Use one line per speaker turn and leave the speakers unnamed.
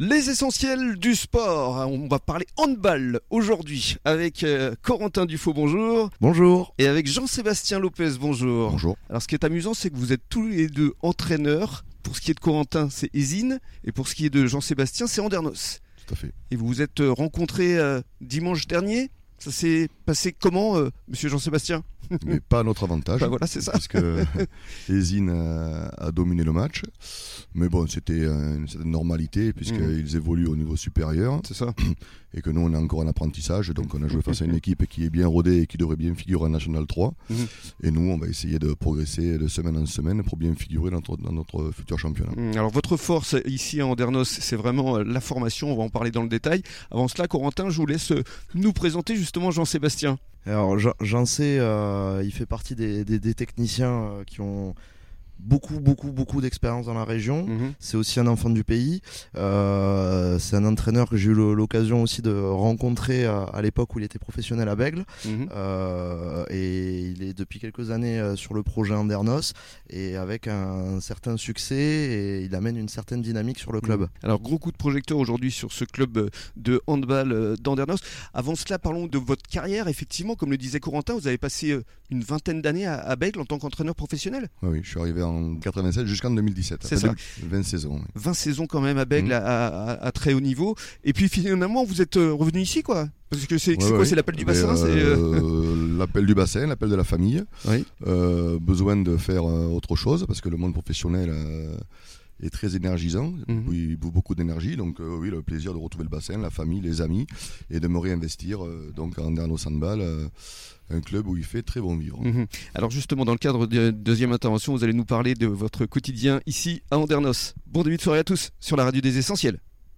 Les essentiels du sport. hein, On va parler handball aujourd'hui avec euh, Corentin Dufaux, bonjour,
Bonjour.
et avec Jean-Sébastien Lopez, bonjour.
Bonjour.
Alors, ce qui est amusant, c'est que vous êtes tous les deux entraîneurs. Pour ce qui est de Corentin, c'est Isine, et pour ce qui est de Jean-Sébastien, c'est Andernos.
Tout à fait.
Et vous vous êtes euh, rencontrés euh, dimanche dernier. Ça s'est passé comment, euh, monsieur Jean-Sébastien
Mais pas à notre avantage.
Bah voilà, c'est ça.
Parce que Ezine a, a dominé le match. Mais bon, c'était euh, une certaine normalité puisqu'ils évoluent au niveau supérieur
C'est ça.
et que nous, on est encore en apprentissage. Donc, on a joué face à une équipe qui est bien rodée et qui devrait bien figurer en National 3.
Mhm.
Et nous, on va essayer de progresser de semaine en semaine pour bien figurer dans notre, dans notre futur championnat.
Mm, Alors votre force ici à Andernos, c'est vraiment euh, la formation, on va en parler dans le détail. Avant cela, Corentin, je vous laisse euh, nous présenter justement Jean-Sébastien.
Alors Jean- Gincé, euh, il fait partie des, des- des techniciens euh, qui ont beaucoup, beaucoup, beaucoup d'expérience dans la région.
Mm.
C'est aussi un enfant du pays. Euh, c'est un entraîneur que j'ai eu le- l'occasion aussi de rencontrer à, à l'époque où il était professionnel à Bègle.
Mhm.
Euh, et il est depuis quelques années euh, sur le projet Andernos et avec un certain succès et il amène une certaine dynamique
Mm.
sur le club.
Hum. Alors gros coup de projecteur aujourd'hui sur ce club euh, de handball euh, d'Andernos. Avant cela, parlons de votre carrière. Effectivement, comme le disait Corentin, vous avez passé euh, une vingtaine d'années à, à Bègle en tant qu'entraîneur professionnel.
Ouais, Ah oui, je suis arrivé en 87 jusqu'en 2017.
C'est
Enfin, 20 saisons. oui.
20 saisons quand même à Bègle
Mhm.
à, à- à très haut niveau. Et puis finalement, vous êtes euh, revenu ici quoi. Parce que c'est c'est
Ouais,
quoi
ouais.
C'est l'appel du
Ben,
bassin c'est, euh,
euh, L'appel du bassin, l'appel de la famille.
Oui.
Euh, besoin de faire euh, autre chose parce que le monde professionnel euh, est très énergisant.
Mhm.
Oui, Il bouffe beaucoup d'énergie. Donc, euh, oui, le plaisir de retrouver le bassin, la famille, les amis et de me réinvestir euh, donc, en Derno Sandball, euh, un club où il fait très bon vivre.
Mhm. Alors justement, dans le cadre de la deuxième intervention, vous allez nous parler de votre quotidien ici à Andernos. Bon début de soirée à tous sur la radio des essentiels.